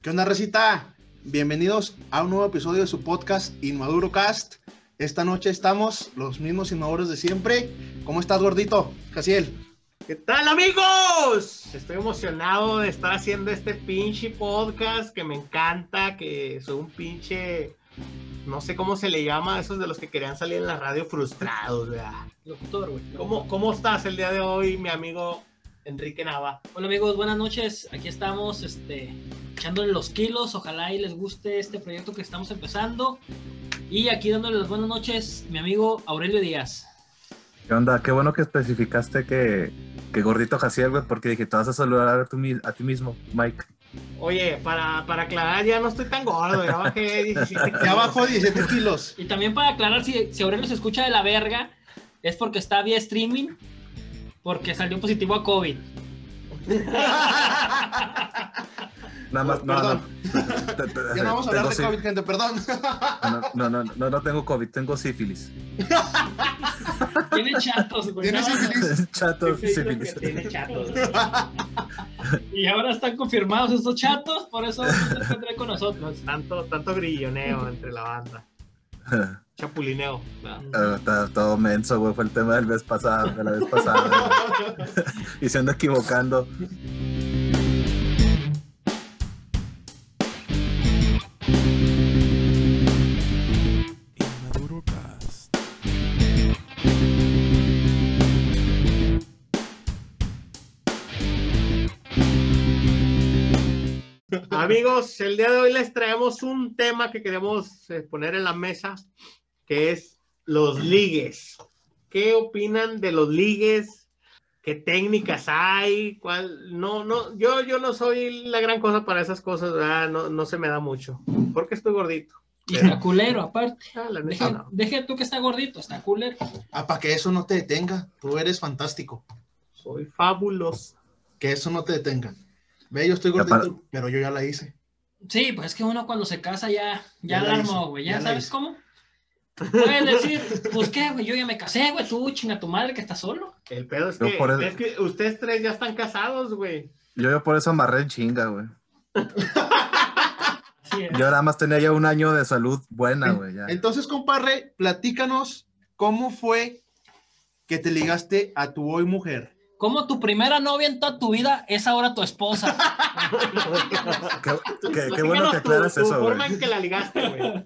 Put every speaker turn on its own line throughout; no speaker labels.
¿Qué onda, Recita? Bienvenidos a un nuevo episodio de su podcast Inmaduro Cast. Esta noche estamos los mismos inmaduros de siempre. ¿Cómo estás, gordito? Casiel.
¿Qué tal amigos? Estoy emocionado de estar haciendo este pinche podcast que me encanta, que soy un pinche, no sé cómo se le llama, esos de los que querían salir en la radio frustrados, ¿verdad?
Doctor, güey.
¿Cómo, cómo estás el día de hoy, mi amigo Enrique Nava?
Hola amigos, buenas noches. Aquí estamos, este, echándole los kilos. Ojalá y les guste este proyecto que estamos empezando. Y aquí dándole las buenas noches, mi amigo Aurelio Díaz.
¿Qué onda? Qué bueno que especificaste que, que gordito Jaciel, güey, porque dije, te vas a saludar a, tu mi- a ti mismo, Mike.
Oye, para, para aclarar, ya no estoy tan gordo, ya bajé 17 kilos.
Ya bajó 17 kilos.
Y también para aclarar, si, si Aurelio se escucha de la verga, es porque está vía streaming, porque salió positivo a COVID.
Nada más, no,
Oh, Perdón.
no. Te- te-
Ya no vamos a hablar
tengo
de
sí-
COVID, gente, perdón.
No, no, no, no, no tengo COVID, tengo sífilis.
Tiene chatos,
Pues
güey.
¿Tiene
Nada más
sífilis?
Chato,
que se dice
sífilis.
que tiene chatos, güey. Y ahora están confirmados estos chatos, por eso no se trae con nosotros.
Tanto, tanto grilloneo entre la banda. Chapulineo.
Ah, está todo menso, güey, fue el tema del mes pasado, de la vez pasada. güey. y se anda equivocando.
Inmaduro Cast.
Amigos, el día de hoy les traemos un tema que queremos eh, poner en la mesa, que es los ligues. ¿Qué opinan de los ligues? ¿Qué técnicas hay? ¿Cuál? No, no, yo, yo no soy la gran cosa para esas cosas, ¿verdad? No, no se me da mucho, porque estoy gordito.
Y está culero, aparte.
Ah, la neta,
Deja,
no.
deja tú que está gordito, está culero.
Ah, para que eso no te detenga. Tú eres fantástico.
Soy fabuloso.
Que eso no te detenga. Ve, yo estoy
Ya
gordito,
para-
pero yo ya la hice.
Sí, pues es que uno cuando se casa ya, ya,
Ya la
la
hizo,
armó, güey.
ya
¿Ya,
la
sabes
hizo.
cómo? Puedes decir, pues qué, güey, yo ya me casé, güey, tú chinga tu madre que estás solo.
El pedo es
Yo
que,
por el-
es que ustedes tres ya están casados, güey.
Yo, yo por eso amarré en chinga, güey.
Así es.
Yo nada más tenía ya un año de salud buena, güey. ya.
Entonces, compadre, platícanos cómo fue que te ligaste a tu hoy mujer.
Como tu primera novia en toda tu vida es ahora tu esposa.
Qué, qué- qué
Platícanos
bueno que
tu-
aclaras
tu
eso, güey.
forma en que la ligaste, güey.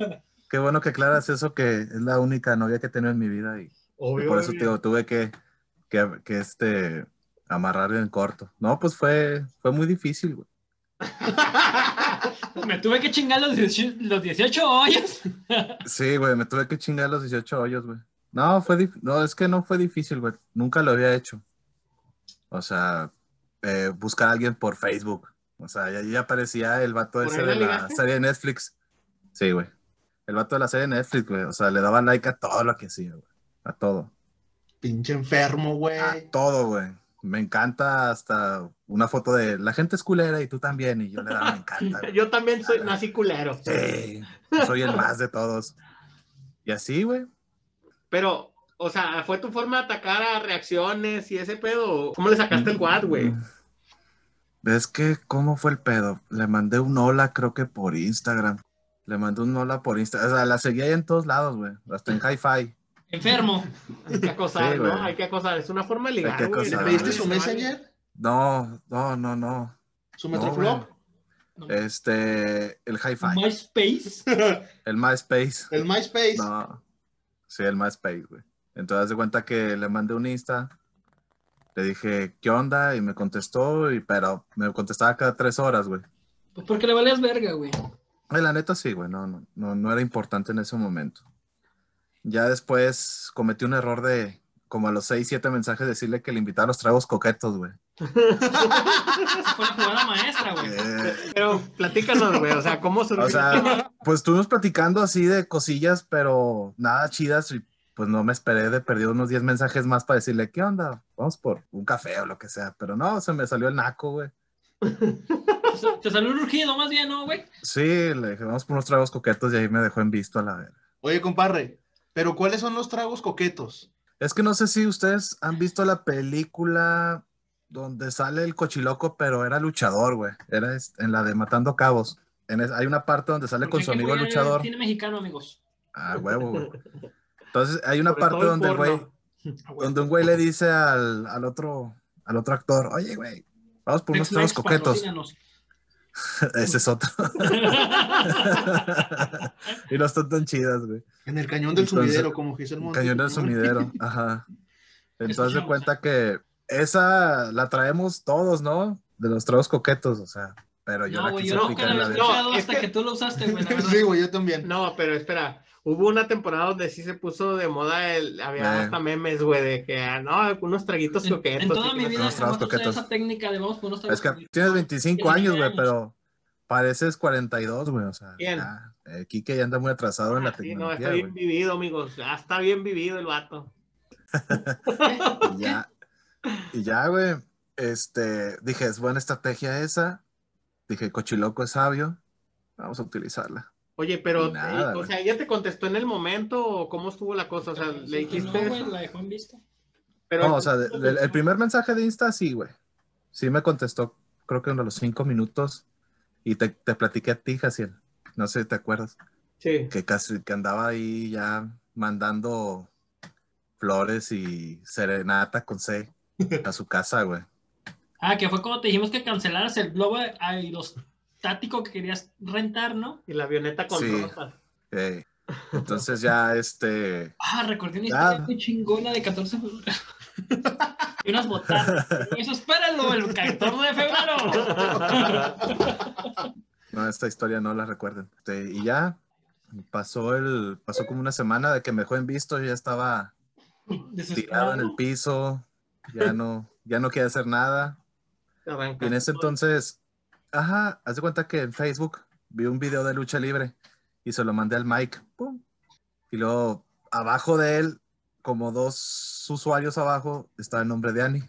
Qué bueno que aclaras eso, que es la única novia que he tenido en mi vida y
Obvio,
por eso te
obvio.
digo, tuve que, que, que, este, amarrar en corto. No, pues fue, fue muy difícil, güey.
me tuve que chingar los 18, los 18 hoyos.
Sí, güey, me tuve que chingar los 18 hoyos, güey. No, fue dif- no, es que no fue difícil, güey. Nunca lo había hecho. O sea, eh, buscar a alguien por Facebook. O sea, ya, ya aparecía el vato
¿Por
ese
ahí
de
la
la
ligaste?
serie de Netflix. Sí, güey. El vato de la serie de Netflix, güey. O sea, le daba like a todo lo que hacía, güey. A todo.
Pinche enfermo,
A
güey.
Ah, todo, güey. Me encanta hasta una foto de la gente es culera y tú también. Y yo le daba me encanta. güey.
Yo también soy, nací culero.
Sí, soy el más de todos. Y así, güey.
Pero, o sea, ¿fue tu forma de atacar a reacciones y ese pedo? ¿Cómo le sacaste el guad, güey?
Mm. Es que, ¿cómo fue el pedo? Le mandé un hola, creo que por Instagram. Le mandé un hola por Instagram. O sea, la seguía ahí en todos lados, güey. Hasta en hi-fi.
Enfermo.
Hay que acosar,
Sí, güey.
¿no? Hay que acosar. Es una forma de
Hay que
ligar, güey.
¿Le
acosar.
pediste su
Pues
messenger?
No, no, no, no.
¿Su
No,
Metroflop?
No.
Este, el hi-fi.
MySpace.
El MySpace.
¿El MySpace?
No. Sí, el MySpace, güey. Entonces, haz de cuenta que le mandé un Insta. Le dije, ¿qué onda? Y me contestó, y, pero me contestaba cada tres horas, güey.
Pues porque le valías verga, güey.
Ay, la neta sí, güey, no, no, no, no era importante en ese momento. Ya después cometí un error de como a los 6, 7 mensajes decirle que le invitaba los tragos coquetos, güey.
Esa Fue la jugada maestra, güey.
Eh,
Pero platícanos, güey. O sea, ¿cómo surgió?
o sea, pues estuvimos platicando así de cosillas, pero nada chidas y pues no me esperé de perdido unos 10 mensajes más para decirle, ¿qué onda? Vamos por un café o lo que sea, pero no, se me salió el naco, güey.
Te salió un urgido más bien, ¿no, güey?
Sí, le dije, vamos por unos tragos coquetos y ahí me dejó en visto a la verga.
Oye, compadre, pero ¿cuáles son los tragos coquetos?
Es que no sé si ustedes han visto la este, película donde sale el cochiloco, pero era luchador, güey. Era est- en la de Matando Cabos. en es- hay una parte donde
Pues
sale con su amigo luchador.
Tiene mexicano, amigos.
Ah, huevo, güey. Entonces, hay una
Sobre
parte
todo el
donde el güey,
porno.
Ah, güey.
donde un güey le dice al, al otro, al otro actor, oye, güey, vamos por unos
Tex-Mex,
tragos coquetos.
patrocínanos.
Ese es otro. y no están tan chidas, güey.
En el cañón del
Entonces,
sumidero, como Giselle
Un
Monti.
cañón del
¿no?
sumidero. Ajá. Entonces de
Escuchamos.
cuenta que esa la traemos todos, ¿no? De los tragos coquetos, o sea. Pero yo
No,
la
güey,
quise
yo nunca
aplicar
lo
la
había
de.
No,
escuchado
es
hasta
que-
que tú lo usaste, güey. la verdad.
Sí, güey, yo también.
No, pero espera. Hubo una temporada donde sí se puso de moda el. Había
Eh.
hasta memes, güey, de que, ah, no, unos traguitos
En,
coquetos.
en toda
y
mi
que
vida
no
Unos
sé
tragos
jamás usé
coquetos.
esa técnica de vamos por unos
Es
tragos
que
coquetos.
tienes 25
Tiene
años, güey,
años.
pero pareces 42, güey. O sea,
¿Quién?
ya, eh, Quique ya anda muy atrasado en la
Ah, sí, no,
tecnología,
está bien
güey.
vivido, amigos. Ah, está bien vivido el vato.
Y ya, y ya, güey. Este, dije, es buena estrategia esa. Dije, Cochiloco es sabio. Vamos a utilizarla.
Oye, pero,
Y nada,
eh, o
güey.
sea, ella te contestó en el momento o cómo estuvo la cosa, o sea, le dijiste,
No,
eso?
güey, la dejó en vista.
pero
No, o sea, de- de- el, primer mensaje de Insta sí, güey. Sí me contestó, creo que uno de los cinco minutos. Y te, te platiqué a ti, Jaciel. No sé si te acuerdas.
sí,
Que casi que andaba ahí ya mandando flores y serenata con C a su casa, güey.
Ah, que fue cuando te dijimos que cancelaras el globo aerostático que querías rentar, ¿no?
y la avioneta con
Sí.
rosas.
Ey. Eh, Entonces ya este.
Ah, recordé una
Ya.
historia muy chingona de 14 de febrero. y unas botanas. Eso espéralo, el 14 de febrero.
No, esta historia no la recuerden. Este, y ya pasó el, pasó como una semana de que me dejó en visto, yo ya estaba tirado en el piso, ya no, ya no quería hacer nada. Y en ese entonces, ajá, haz de cuenta que en Facebook vi un video de lucha libre y se lo mandé al Mike. pum. Y luego abajo de él, como dos usuarios abajo, estaba el nombre de Ani.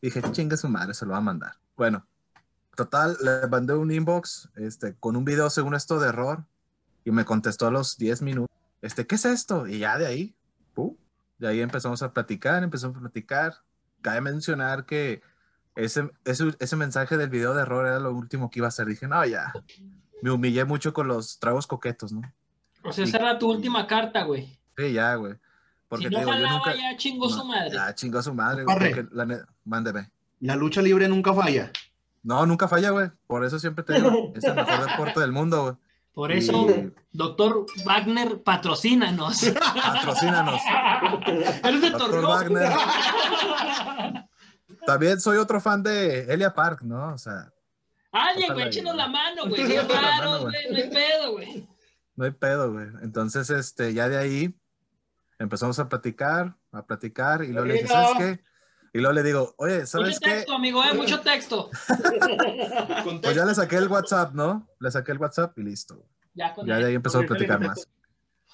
Dije, chinga su madre, se lo va a mandar. Bueno, total, le mandé un inbox este, con un video según esto de error y me contestó a los 10 minutos, este, ¿qué es esto? Y ya de ahí, pum, de ahí empezamos a platicar, empezamos a platicar. Cabe mencionar que ese, ese, ese mensaje del video de error era lo último que iba a hacer. Dije, no, ya. Me humillé mucho con los tragos coquetos, ¿no?
O sea, esa era tu última carta, güey.
Sí, ya, güey. Porque
si
te
no
digo, yo
jalaba,
nunca.
ya chingó su
no,
madre.
Ya chingó a su madre, güey.
Compadre.
porque la ne- Mándeme.
La lucha libre nunca falla.
No, nunca falla, güey. Por eso siempre te digo, es el mejor deporte del mundo, güey.
Por eso,
Y
doctor Wagner, patrocínanos.
Patrocínanos.
Eres de
Doctor
Torreón.
Wagner. También soy otro fan de Elia Park, ¿no? O sea,
Alguien,
Ojalá
güey,
y-
échenos la mano, güey.
Échenos la mano,
Llevaros,
güey.
güey, no hay pedo, güey.
No hay pedo, güey. Entonces, este, ya de ahí empezamos a platicar, a platicar, y luego le dije,
Amigo.
¿sabes qué? Y luego le digo, oye, ¿sabes
Mucho
qué?
texto, amigo, eh, mucho texto.
Pues ya le saqué el WhatsApp, ¿no? Le saqué el WhatsApp y listo.
Ya con
Ya de ahí empezamos a platicar más.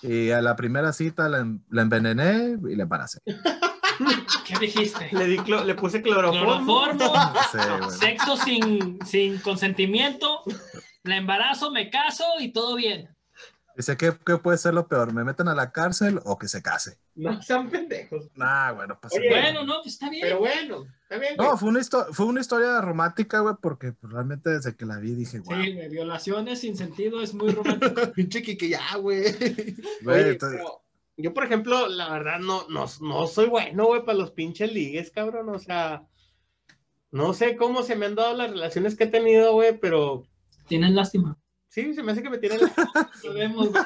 Y a la primera cita la, en- la envenené y la embaracé.
Ah, ¿Qué dijiste?
Le, di clo- le puse cloroformo.
Cloroformo,
Sí, güey.
sexo sin, sin consentimiento, la embarazo, me caso y todo bien.
Dice, ¿qué, ¿qué puede ser lo peor? ¿Me meten a la cárcel o que se case?
No sean pendejos.
Nah, bueno, pues.
Oye.
Bueno, no, pues está bien.
Pero bueno, está bien. güey.
No, fue una, histo- fue una historia romántica, güey, porque pues, realmente desde que la vi dije,
Sí,
guau.
güey, violaciones sin sentido es muy romántico.
Pinche que ya, güey.
güey,
Oye,
entonces-
pero yo, por ejemplo, la verdad no, no, no soy bueno, güey, para los pinches ligues, cabrón. O sea, no sé cómo se me han dado las relaciones que he tenido, güey, pero
Tienen lástima.
sí, se me hace que me tienen la-
Lo vemos, güey.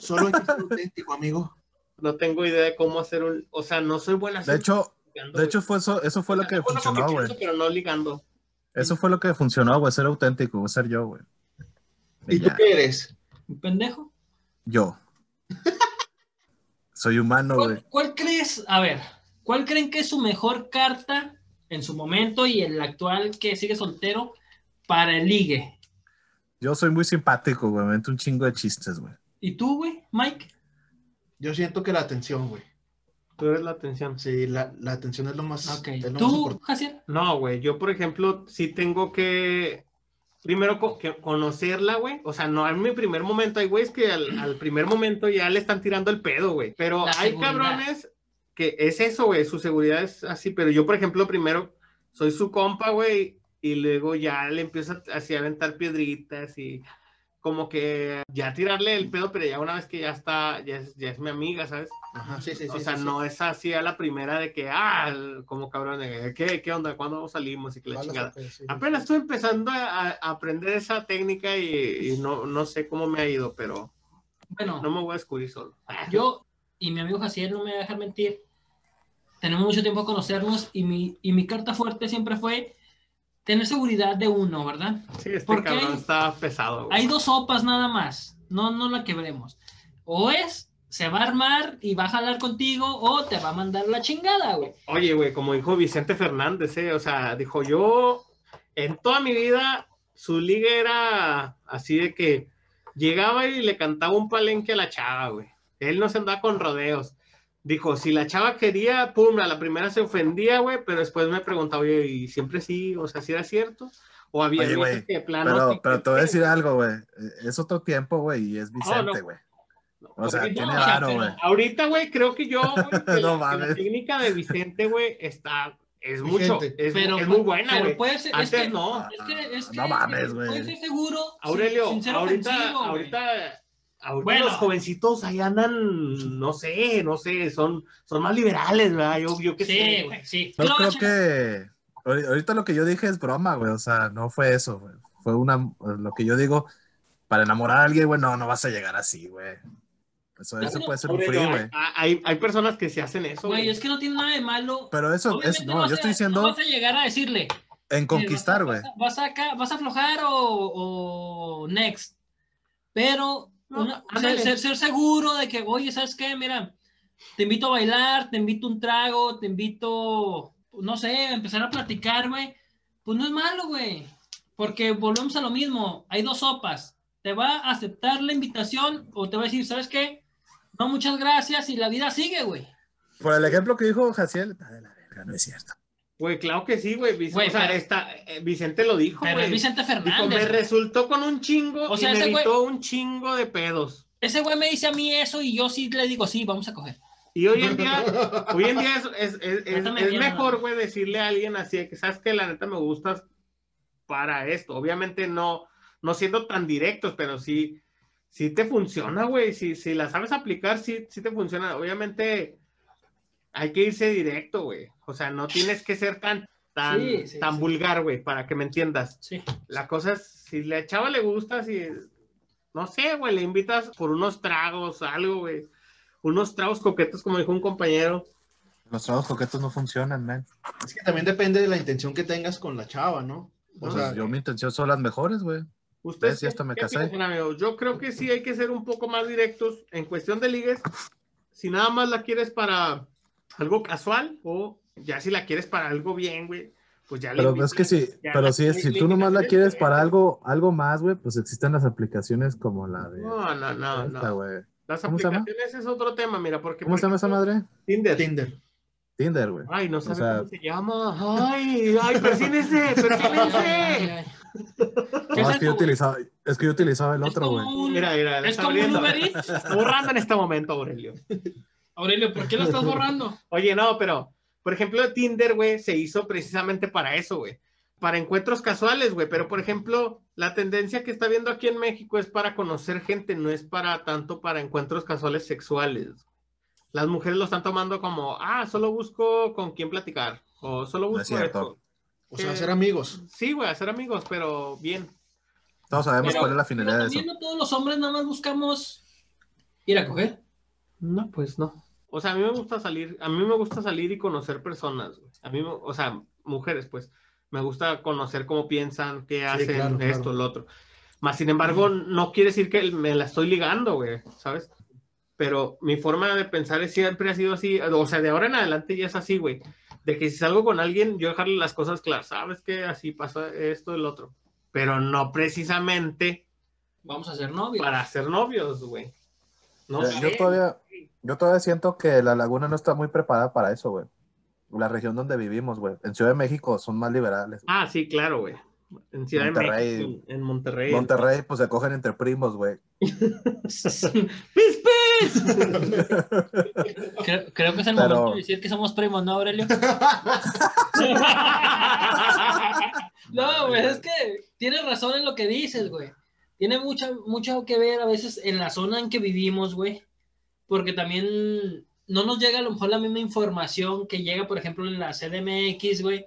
Solo hay que ser auténtico, amigo.
No tengo idea de cómo hacer un... O sea, no soy buena
De hecho,
ligando,
de
güey.
hecho fue eso, eso fue lo que
Bueno, como
funcionó,
que
güey.
pienso, Pero no ligando.
Eso fue lo que funcionó, güey, ser auténtico, güey, ser yo, güey. Y
¿Y tú
ya,
qué eres?
Un pendejo.
yo. Soy humano,
¿Cuál,
güey.
cuál crees? A ver, ¿cuál creen que es su mejor carta en su momento y el actual que sigue soltero para el ligue?
Yo soy muy simpático, güey. Me meto un chingo de chistes, güey.
¿Y tú, güey, Mike?
Yo siento que la atención, güey.
Tú eres la atención.
Sí, la, la atención es lo más,
Ok.
es lo más
¿Tú,
importante.
Jaciel?
No, güey, yo por ejemplo sí tengo que primero co- que conocerla, güey. O sea, no en mi primer momento hay güeyes que al, al primer momento ya le están tirando el pedo, güey. Pero
La
hay
seguridad.
cabrones que es eso, güey, su seguridad es así. Pero yo por ejemplo primero soy su compa, güey, y luego ya le empieza así a aventar piedritas y como que ya tirarle el pedo, pero ya una vez que ya está, ya es, ya es mi amiga, ¿sabes?
Ajá, sí, sí,
O
sí,
sea,
sí, sí.
no es así a la primera de que, ah, como cabrón, eh, ¿qué, qué onda? ¿Cuándo salimos? Y que la
Balas,
chingada.
ok, sí.
Apenas estoy empezando a, a aprender esa técnica y, y no, no sé cómo me ha ido, pero
Bueno,
no me voy a descubrir solo.
yo y mi amigo Jaciel no me va a dejar mentir. Tenemos mucho tiempo de conocernos y mi, y mi carta fuerte siempre fue tener seguridad de uno, ¿verdad?
Sí, este
¿Por qué?
cabrón está pesado. güey.
Hay dos sopas nada más, no, no la quebremos. O es, se va a armar y va a jalar contigo o te va a mandar la chingada, güey.
Oye, güey, como dijo Vicente Fernández, ¿eh? o sea, dijo yo, en toda mi vida, su liga era así de que llegaba y le cantaba un palenque a la chava, güey. Él no se andaba con rodeos. Dijo, si la chava quería, pum, a la primera se ofendía, güey, pero después me preguntaba, oye, ¿y siempre sí? O sea, ¿sí era cierto? O había veces
Oye, güey,
que de plano
Pero,
Ah, sí-
pero te voy a decir algo, güey. Eh, Es otro tiempo, güey, y es Vicente,
no.
güey. O sea,
Ahorita-
tiene
o sea,
varo,
pero-
güey.
Ahorita, güey, creo que yo, güey, que la-
No
que la
mames.
técnica de Vicente, güey, está, es mucho,
Vigente.
es,
Pero, pues,
es muy buena,
pero
güey.
puede ser- es
Antes
que-
no.
Es que, es que,
Ah, No mames, güey.
Puedes ser seguro. sin-
Aurelio,
sin ser
ahorita,
ofensivo, güey.
ahorita, ahorita
Bueno.
los jovencitos ahí andan, no sé, no sé, son, son más liberales, ¿verdad? Yo, yo qué
Sí,
sé.
güey, sí.
Yo creo
Clocha.
que ahori- ahorita lo que yo dije es broma, güey. O sea, no fue eso, güey. Fue una lo que yo digo para enamorar a alguien, güey, no, no vas a llegar así, güey. Eso,
No,
eso
no,
puede ser un
Aurelio,
free,
hay,
güey.
hay, hay personas que se hacen eso,
Güey,
güey.
es que no tiene nada de malo.
Pero eso
Obviamente
es,
vas
no, yo
a-
estoy
no
diciendo
vas a llegar a decirle.
en conquistar, güey.
Vas, a- acá- vas a aflojar o, o next. Pero
No,
una-
ándale.
ser, ser- ser seguro de que, oye, ¿sabes qué? Mira, te invito a bailar, te invito un trago, te invito, no sé, a empezar a platicar, güey. Pues no es malo, güey. Porque volvemos a lo mismo. Hay dos sopas. Te va a aceptar la invitación o te va a decir, ¿sabes qué? No, muchas gracias y la vida sigue, güey.
Por el ejemplo que dijo Jaciel, ah, de la verga, no es cierto.
Güey, claro que sí, güey. Vic-
Güey,
o sea,
pero-
esta- eh, Vicente lo dijo,
Pero es
güey.
Vicente
Dijo, me
Fernández. güey.
resultó con un chingo
O sea,
y me
ese güey-
evitó un chingo de pedos.
Ese güey me dice a mí eso y yo sí le digo, sí, vamos a coger.
Y hoy en día, hoy en día es, es- es- es-
Trátame
es
bien,
mejor,
¿no?
güey, decirle a alguien así, de que sabes que la neta me gustas para esto. Obviamente no, no siendo tan directos, pero sí, sí te funciona, güey. Si, si la sabes aplicar, sí, sí te funciona. Obviamente hay que irse directo, güey. O sea, no tienes que ser tan, tan,
Sí, sí,
tan
sí.
vulgar, güey, para que me entiendas.
Sí.
La cosa es, si la chava le gusta, si, no sé, güey, le invitas por unos tragos, algo, güey. Unos tragos coquetos, como dijo un compañero.
Los trabajos coquetos no funcionan, man.
Es que también depende de la intención que tengas con la chava, ¿no? O
No,
Pues
sea,
yo mi intención son las mejores, güey.
Ustedes,
Ves, ya hasta me
¿qué
casé.
piensan, amigos? Yo creo que sí hay que ser un poco más directos en cuestión de ligues. Si nada más la quieres para algo casual o ya si la quieres para algo bien, güey, pues ya le
Pero
invitas.
es que sí,
ya
pero
la- eh.
sí, si tú nomás la quieres para algo, algo más, güey, pues existen las aplicaciones como la de
No, no, no,
esta,
no.
güey.
Las
¿Cómo se llama?
aplicaciones es otro tema, mira, porque...
¿Cómo
por
se llama esa
ejemplo,
madre?
Tinder.
Tinder.
Tinder, güey.
Ay, no
O
sabe
sea-
cómo se llama. Ay, ay, persínese, persínese.
¿Qué
No,
tal
es que yo
tú, güey?
utilizaba, es que yo utilizaba el
Es
otro,
como
güey.
un-
Mira, mira, la
es
está
como un
abriendo.
Uber Eats.
Está borrando en este momento, Aurelio.
Aurelio, ¿por qué lo estás borrando?
Oye, no, pero, por ejemplo, Tinder, güey, se hizo precisamente para eso, güey. Para encuentros casuales, güey. Pero, por ejemplo, la tendencia que está viendo aquí en México es para conocer gente, no es para tanto para encuentros casuales sexuales. Las mujeres lo están tomando como, ah, solo busco con quién platicar. O solo
No
busco
es cierto.
esto.
O sea,
Eh,
ser amigos.
Sí, güey, hacer amigos, pero bien.
Todos sabemos
Pero-
cuál es la
Pero
finalidad de eso.
también no todos los hombres nada más buscamos ir a coger.
No, pues no. O sea, a mí me gusta salir, a mí me gusta salir y conocer personas, güey. A mí, me- o sea, mujeres, pues, me gusta conocer cómo piensan, qué hacen,
claro, claro.
esto, lo otro. Más sin embargo, no quiere decir que me la estoy ligando, güey, ¿sabes? Pero mi forma de pensar es- siempre ha sido así, o sea, de ahora en adelante ya es así, güey. De que si salgo con alguien, yo dejarle las cosas claras, ¿sabes? Que así pasa esto, el otro. Pero no precisamente
Vamos a ser novios.
para ser novios, güey. No
Yo-
sé.
Yo todavía, yo todavía siento que la laguna no está muy preparada para eso, güey. La región donde vivimos, güey. En Ciudad de México son más liberales.
Ah, sí, claro, güey. En Ciudad
Monterrey.
de México, en Monterrey.
Monterrey, pues se cogen entre primos, güey.
¡Pis, pis!
mames. Creo, creo que es el
Pero-
momento de decir que somos primos, ¿no, Aurelio? no, güey, es que tienes razón en lo que dices, güey. Tiene mucha, mucho que ver a veces en la zona en que vivimos, güey. Porque también no nos llega a lo mejor la misma información que llega, por ejemplo, en la CDMX, güey.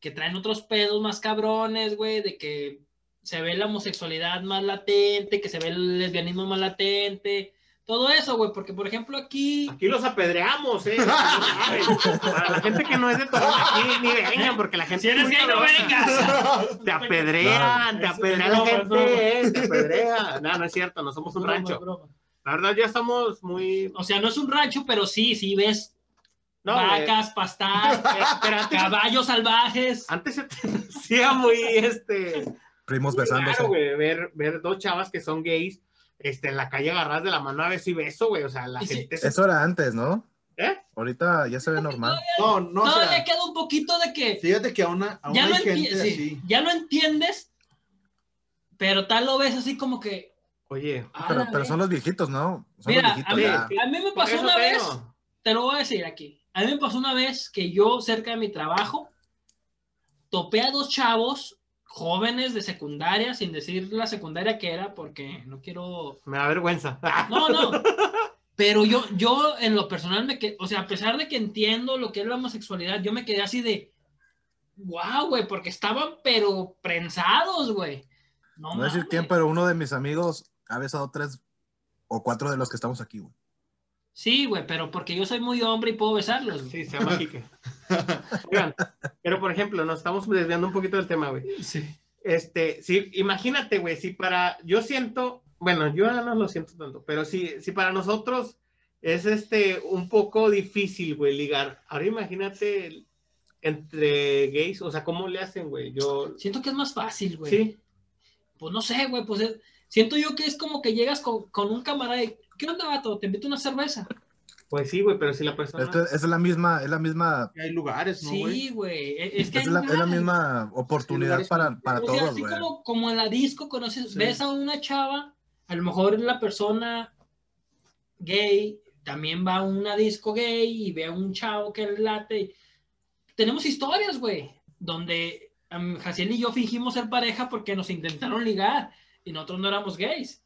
Que traen otros pedos más cabrones, güey. De que se ve la homosexualidad más latente, que se ve el lesbianismo más latente. Todo eso, güey. Porque, por ejemplo, aquí...
Aquí los apedreamos, ¿eh? Para la gente que no es de Torreón, aquí ni vengan, porque la gente.
Si eres
es muy
gay, no
cabrosa.
vengas.
Te apedrean, te
Eso es
apedrea la
broma,
gente, ¿eh? Te apedrea. No, no es cierto, no somos un
Broma,
rancho.
broma.
La verdad, ya estamos muy.
O sea, no es un rancho, pero sí, sí ves
No, güey.
vacas, pastar,
Pero antes,
caballos salvajes.
antes se te hacía muy este.
Primos besándose.
Claro, güey, ver, ver dos chavas que son gays este, en la calle agarradas de la mano a beso y beso, güey. O sea, la
Y sí.
gente. se-
Eso era antes, ¿no?
¿Eh?
Ahorita ya se ve normal.
No, no, o
Todavía
sea,
queda un poquito de que
fíjate que aún, aún
ya
hay
lo,
gente
enti- sí,
así.
ya lo entiendes, pero tal lo ves así como que.
Oye.
"A
Pero,
la
pero
vez".
son los viejitos, ¿no? Son
Mira,
los
a
viejitos
mí,
ya.
sí.
a mí me
por
pasó
eso
una
te
vez,
digo.
te lo voy a decir aquí. A mí me pasó una vez que yo, cerca de mi trabajo, topé a dos chavos jóvenes de secundaria, sin decir la secundaria que era, porque no quiero
Me da vergüenza. Ah,
No, no. Pero yo, yo en lo personal me que, o sea, a pesar de que entiendo lo que es la homosexualidad, yo me quedé así de, wow, güey, porque estaban pero prensados, güey. No,
No voy a decir
mames.
quién, pero uno de mis amigos ha besado tres o cuatro de los que estamos aquí, güey.
Sí, güey, pero porque yo soy muy hombre y puedo besarlos, güey.
Sí, se llama Quique. Oigan, pero por ejemplo, nos estamos desviando un poquito del tema, güey.
Sí.
Este, sí, imagínate, güey, si para, yo siento, bueno, yo ya no lo siento tanto, pero si, si para nosotros es este un poco difícil, güey, ligar. Ahora imagínate entre gays, o sea, ¿cómo le hacen, güey? Yo,
Siento que es más fácil, güey.
sí,
Pues no sé, güey, pues es- siento yo que es como que llegas con, con un camarada y, ¿qué onda, vato? Te invito una cerveza.
pues sí, güey, pero si la persona...
Es, que es la misma, es la misma,
Hay lugares, ¿no, güey?
sí, güey. e- Es que
Pues es
hay
la, es la
lugares,
misma oportunidad
lugares
para, para
O sea,
todos,
así
güey.
como, como en la disco conoces,
Sí.
ves a una chava, a lo mejor la persona gay también va a una disco gay y ve a un chavo que le late. Tenemos historias, güey, donde um, Jaciel y yo fingimos ser pareja porque nos intentaron ligar y nosotros no éramos gays.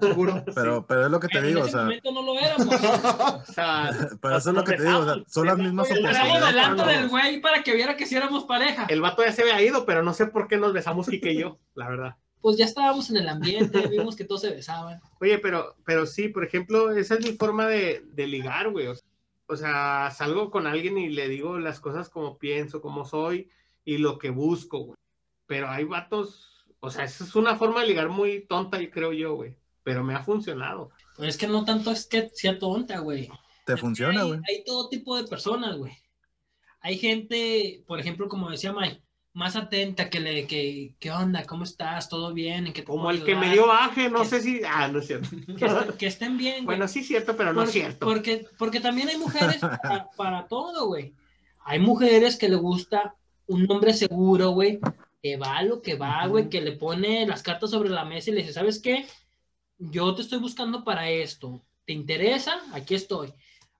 Seguro.
Pero, pero es lo que te
en
digo, o
ese
sea,
momento no lo éramos.
O sea,
pero eso es lo que te digo, o sea, son las mismas
Pero
Pero
pues,
ahí
sí,
oportunidades.
delante
para
no.
del
todos.
güey para que viera que sí éramos pareja.
el vato ya se había ido, pero no sé por qué nos besamos Quique y yo, la verdad.
Pues ya estábamos en el ambiente, vimos que todos se besaban.
Oye, pero, pero sí, por ejemplo, esa es mi forma de, de ligar, güey. O sea, O sea, salgo con alguien y le digo las cosas como pienso, como soy y lo que busco, güey. Pero hay vatos, o sea, esa es una forma de ligar muy tonta, yo creo yo, güey. Pero me ha funcionado.
Pero es que no tanto es que sea tonta, güey.
Te funciona,
hay,
güey.
hay todo tipo de personas, güey. Hay gente, por ejemplo, como decía Mike, más atenta que le, que, ¿qué onda? ¿Cómo estás? ¿Todo bien? ¿En qué te
Como
puedo
el que me dio
ayudar?
baje, no sé si. Ah, no es cierto.
Que, est- que estén bien, güey.
Bueno, sí, es cierto, pero no es
Porque-
cierto.
Porque, porque también hay mujeres para, para todo, güey. Hay mujeres que le gusta un hombre seguro, güey, que va lo que va, güey, que le pone las cartas sobre la mesa y le dice, ¿sabes qué? Yo te estoy buscando para esto. ¿Te interesa? Aquí estoy.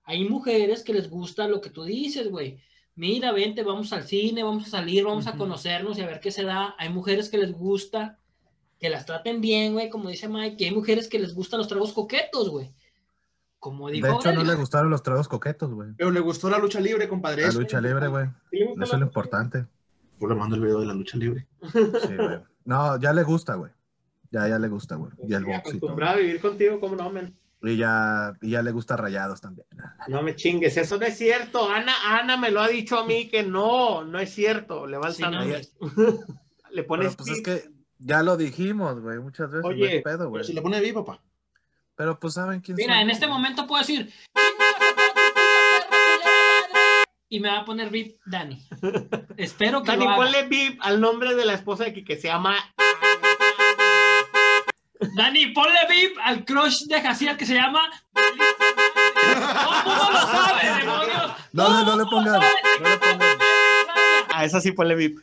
Hay mujeres que les gusta lo que tú dices, güey. Mira, vente, vamos al cine, vamos a salir, vamos a
Ujú.
conocernos y a ver qué se da. Hay mujeres que les gusta que las traten bien, güey, como dice Mike, que hay mujeres que les gustan los tragos coquetos, güey. Como digo,
De hecho, no le gustaron los tragos coquetos, güey.
Pero le gustó la lucha libre, compadre.
La
Eso.
lucha libre, güey.
Sí, me
Eso
gusta
es lo importante.
Yo le mando el video de la lucha libre.
Sí, güey. No, ya le gusta, güey. Ya, ya le gusta, güey. Y el
Estoy
box y todo.
acostumbrado a vivir contigo, ¿cómo no, men? Ah,
Y ya, y ya le gusta rayados también.
No me chingues, eso no es cierto. Ana, Ana me lo ha dicho a mí que no, no es cierto. Le va al
Sí, no,
Santos.
güey.
Le
Pero
pones.
pues es que ya lo dijimos, güey, muchas veces.
Oye,
no hay pedo,
Pero
güey.
Pues, si le pone vi, papá.
Pero pues saben quién
Mira,
soy,
en este
güey.
momento puedo decir. Y me va a poner VIP Dani. Espero que
Dani,
lo haga.
ponle bip al nombre de la esposa de Quique, se llama.
Dani, ponle VIP al crush de Jaciel que se llama. Todo el mundo lo sabe, demonios.
No,
Todo
no,
el
no le
mundo
pongan,
sabe,
no le pongan.
extraña.
A esa sí ponle bip.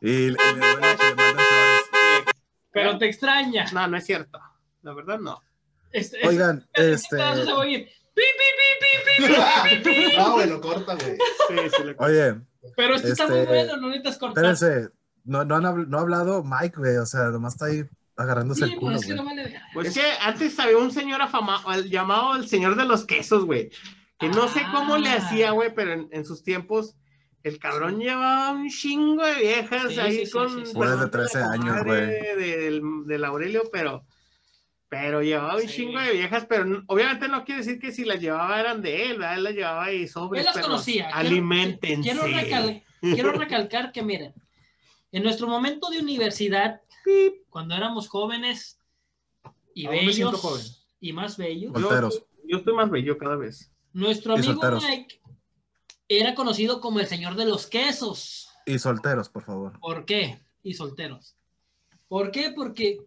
Y le, y le duele que le manden flores.
Pero te extraña.
No, no es cierto. La verdad, no.
Este, este-
Oigan,
este
este.
pedazo se va a oír. Pi, pi, pi, pi, pi,
Ah, güey, lo corta, güey.
Sí, sí, lo-
Oye,
pi. Pero este, está muy
Este,
bueno, no necesitas cortar.
espérense. No, no, han habl- no ha hablado Mike, güey. O sea, nomás está ahí agarrándose
Sí, pues
el culo,
es que no
güey.
vale verga.
Pues que antes había un señor afamado, al- llamado el señor de los quesos, güey. Que no sé cómo le
Ah.
hacía, güey, pero en, en sus tiempos el cabrón llevaba un chingo de viejas
Sí,
ahí
sí, sí, sí,
con...
sí.
Puras de
perdón,
13
la
años,
comadre del- Del Aurelio, pero... Pero llevaba un
Sí.
chingo de viejas, pero n- obviamente no quiere decir que si las llevaba eran de él, ¿verdad? Él las llevaba ahí sobre.
Él las
pero
conocía. Quiero-
Aliméntense.
Quiero, recal- quiero recalcar que, miren, en nuestro momento de universidad, cuando éramos jóvenes y
Aún me siento
bellos,
joven.
y más bellos,
Yo-
Solteros.
Yo estoy más bello cada vez.
nuestro
Y
amigo
solteros.
Mike era conocido como el señor de los quesos.
Y solteros, por favor.
¿Por qué? Y solteros. ¿Por qué? Porque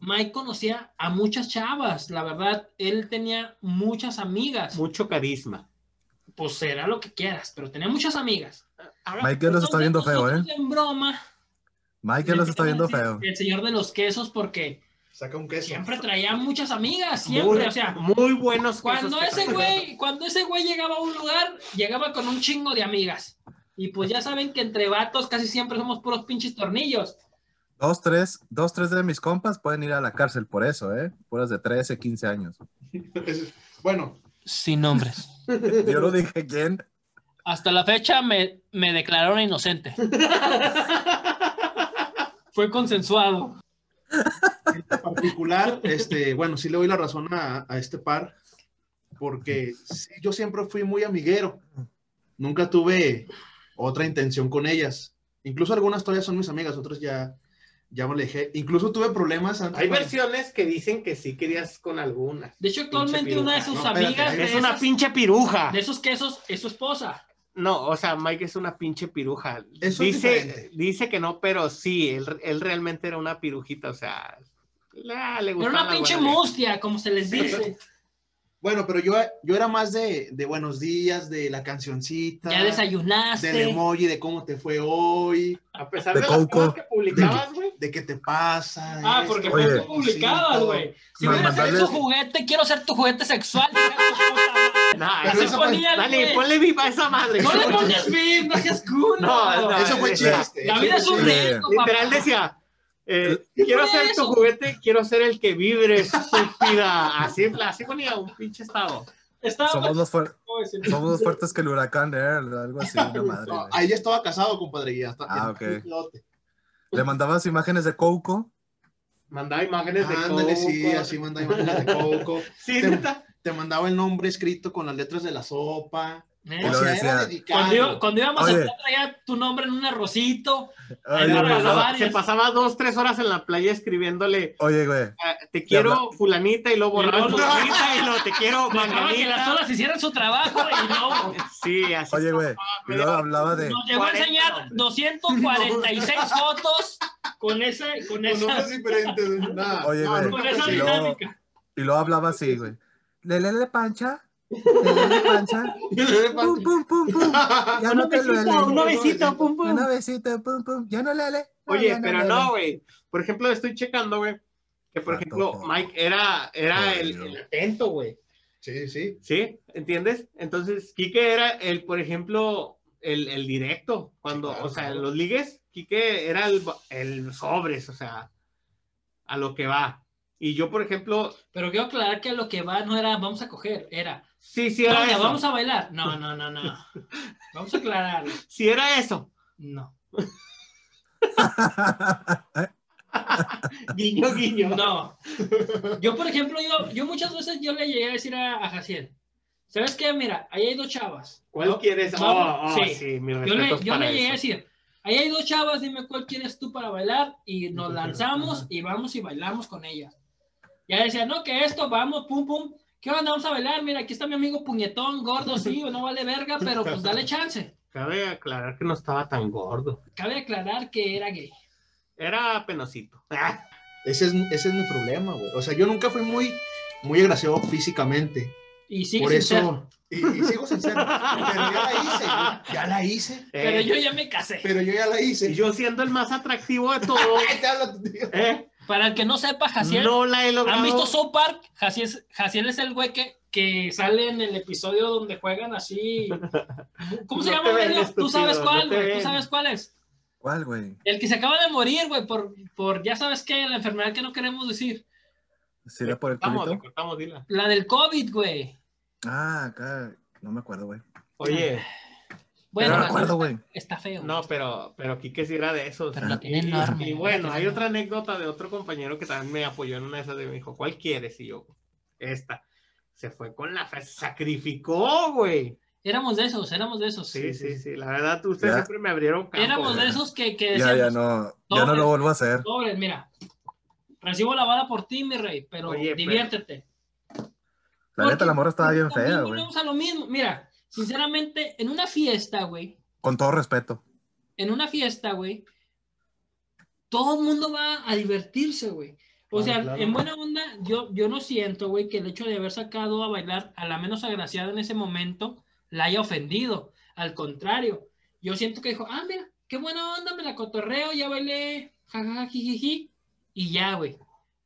Mike conocía a muchas chavas, la verdad, él tenía muchas amigas.
Mucho carisma.
pues será lo que quieras, pero tenía muchas amigas. Ahora,
Mike ya los está viendo
nosotros
feo, ¿eh?
En broma.
Mike ya los está viendo feo.
El señor de los quesos, porque
Saca un queso.
siempre traía muchas amigas, siempre.
muy,
o sea,
muy buenos. quesos
cuando
que
ese
trae.
güey, cuando ese güey llegaba a un lugar, llegaba con un chingo de amigas. Y pues ya saben que entre vatos casi siempre somos puros pinches tornillos.
Dos, tres, dos, tres de mis compas pueden ir a la cárcel por eso, ¿eh? Puras de 13, 15 años.
Bueno,
Sin nombres.
Yo no dije quién.
Hasta la fecha me, me declararon inocente. Fue consensuado.
en particular, este, bueno, sí le doy la razón a, a este par, porque sí, yo siempre fui muy amiguero. Nunca tuve otra intención con ellas. Incluso algunas todavía son mis amigas, otras ya, ya me alejé. Incluso tuve problemas antes.
Hay
bueno,
versiones que dicen que sí querías con algunas.
De hecho, actualmente
piruja.
una de sus
No, espérate,
amigas de
Es una
esas-
pinche piruja.
De esos quesos es su esposa.
No, o sea, Mike es una pinche piruja.
Eso es
dice,
diferente.
dice que no, pero sí, él, él realmente era una pirujita, o sea, la- le
Era
gustaba.
una pinche mustia, como se les dice.
Bueno, pero yo, yo era más de, de buenos días, de la cancioncita,
Ya
del
desayunaste.
emoji, de cómo te fue hoy,
A pesar de,
De
las cosas
Coco.
que publicabas, güey.
de qué te pasa.
Ah, porque
esto,
Oye.
fue publicada,
cosito.
güey. Si
Ma-
voy a ser
mandarle-
tu juguete, quiero ser tu juguete sexual. hija de tu puta madre.
No,
Pero
eso
eso
fue-
ponía el
Dale,
güey.
ponle viva a esa madre.
No le pongas bien, no seas culo.
No, no,
Eso fue
La-
chiste.
La
eso
vida
fue
es un
chiste.
Sí.
riesgo, papá.
Literal decía, eh,
¿Qué
quiero
fue
ser tu
eso?
juguete, quiero ser el que vibre, estúpida. Así, así ponía un pinche estado.
Estaba pues,
Somos los, fuer-
como decir,
somos más fuertes que el huracán Earl, algo así, una madre.
No,
güey.
ahí ya estaba casado, compadre. Ya está,
Ah,
ya
ok.
está pedote.
Le mandabas imágenes de Coco.
Mandaba imágenes de
Ándale, sí,
Coco.
así mandaba imágenes de Coco.
Sí,
Te-
neta.
Te mandaba el nombre escrito con las letras de la sopa.
¿eh?
Y
O
lo
sea,
decía.
era
Cuando, iba-
dedicado.
cuando íbamos a
Oye.
estar traía tu nombre en un arrocito.
Oye,
no,
Se
no,
güey,
no.
pasaba, se pasaba dos, tres horas en la playa escribiéndole
oye, güey.
ah, te quiero fulanita y luego
Y
borraba
luego-
fulanita y luego te quiero
Dejaba que las
manganita.
olas hicieran su trabajo y no.
Sí, así.
Oye, güey. Y luego hablaba de.
Nos llegó a
40
enseñar
nombres.
246 fotos con ese, con
Con
esa,
nombres diferentes. nada.
Oye,
No,
güey.
nunca
con esa
pensé.
Y luego-
dinámica.
Y luego hablaba así, güey. Lelele pancha. Lelele pancha. Pum, pum, pum, pum. Ya no te duele.
Un besito, pum,
Ya
pum.
no besito, pum, pum. Ya no lele. No,
pues, Oye,
ya
pero
lele.
no, güey. Por ejemplo, estoy checando, güey, que por
Santo
ejemplo,
Dios.
Mike era, era el,
Dios.
el atento, güey.
Sí, sí.
¿Sí? ¿Entiendes? Entonces, Quique era el, por ejemplo, el, el directo. Cuando,
Sí, claro,
o sea,
claro.
en los ligues, Quique era el, el sobres, o sea, a lo que va. Y yo, por ejemplo,
Pero quiero aclarar que lo que va no era vamos a coger, era
sí, sí era
"Doña,
eso.
vamos a bailar. No, no, no, no. Vamos a aclarar.
Sí era eso.
No.
Guiño, guiño.
No. Yo, por ejemplo, yo, yo muchas veces yo le llegué a decir a, a Jaciel, ¿sabes qué? Mira, ahí hay dos chavas.
¿Cuál quieres?
no,
Oh, oh,
sí.
sí. mi
Yo le,
respeto
yo
para
le llegué
eso.
a decir, ahí hay dos chavas, dime cuál quieres tú para bailar y nos lanzamos y vamos y bailamos con ellas. Ya decía, no, que esto, vamos, pum, pum. ¿Qué onda? Vamos a bailar. Mira, aquí está mi amigo puñetón, gordo, sí, no vale verga, pero pues dale chance.
Cabe aclarar que no estaba tan gordo.
Cabe aclarar que era gay.
Era penosito.
Ese es, ese es mi problema, güey. O sea, yo nunca fui muy, muy agraciado físicamente.
Y sí,
Por eso. Y, y sigo sin serlo. Pero ya la hice. güey. Ya la hice.
Pero
Eh,
yo ya me casé.
Pero yo ya la hice.
Y yo siendo el más atractivo de todos.
Ay, te habla tu tío.
¿eh?
Para el que no sepa, Jaciel,
No la he logrado.
¿han visto South Park? Jaciel, Jaciel es el güey que, que sale en el episodio donde juegan así. ¿Cómo se
No
llama,
te ven,
Aurelio?
estúpido,
¿Tú sabes cuál,
no te
güey? ¿Tú
ven.
sabes cuál es?
¿Cuál, güey?
El que se acaba de morir, güey, por, por ya sabes qué, la enfermedad que no queremos decir.
¿Sería por el
Estamos,
culito?
estamos, dila.
La del COVID, güey.
Ah, acá. No me acuerdo, güey.
Oye,
Bueno,
no me
la
acuerdo,
cosa
güey.
está feo.
no, pero, pero Quique sí era de esos.
Pero lo
Ah,
tiene
Y-
enorme. Este
Y bueno, hay otra anécdota de otro compañero que también me apoyó en una de esas de me dijo, ¿cuál quieres? Y yo, esta. Se fue con la fe, sacrificó, güey.
Éramos de esos, éramos de esos.
Sí, sí, sí, La verdad, ustedes
Ya.
siempre me abrieron campo.
Éramos
güey.
de esos que, que
Ah, Ya,
decíamos,
ya no, ya no
Sobres.
lo vuelvo a hacer.
"Sobres, mira, recibo la bala por ti, mi rey, pero
Oye, pero-
diviértete.
La neta, la morra estaba bien
También
fea, güey.
volvemos a lo mismo. Mira, sinceramente, en una fiesta, güey,
Con todo respeto.
en una fiesta, güey, todo el mundo va a divertirse, güey. O
Claro,
sea,
claro.
en buena onda, yo, yo no siento, güey, que el hecho de haber sacado a bailar a la menos agraciada en ese momento la haya ofendido. Al contrario, yo siento que dijo, ah, mira, qué buena onda, me la cotorreo, ya bailé, jajaja, jijiji, y ya, güey.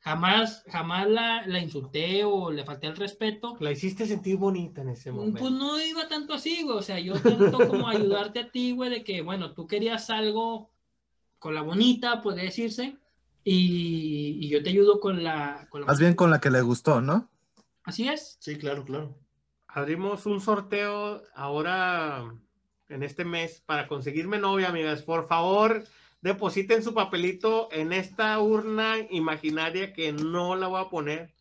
Jamás, jamás la, la insulté o le falté el respeto.
La hiciste sentir bonita en ese momento.
Pues no iba tanto así, güey. O sea, yo tanto como ayudarte a ti, güey, de que, bueno, tú querías algo con la bonita, puede decirse, y, y yo te ayudo con la, con la-
Más bien con la que le gustó, ¿no?
Así es.
Sí, claro, claro.
Abrimos un sorteo ahora en este mes para conseguirme novia, amigas. Por favor, depositen su papelito en esta urna imaginaria que no la voy a poner.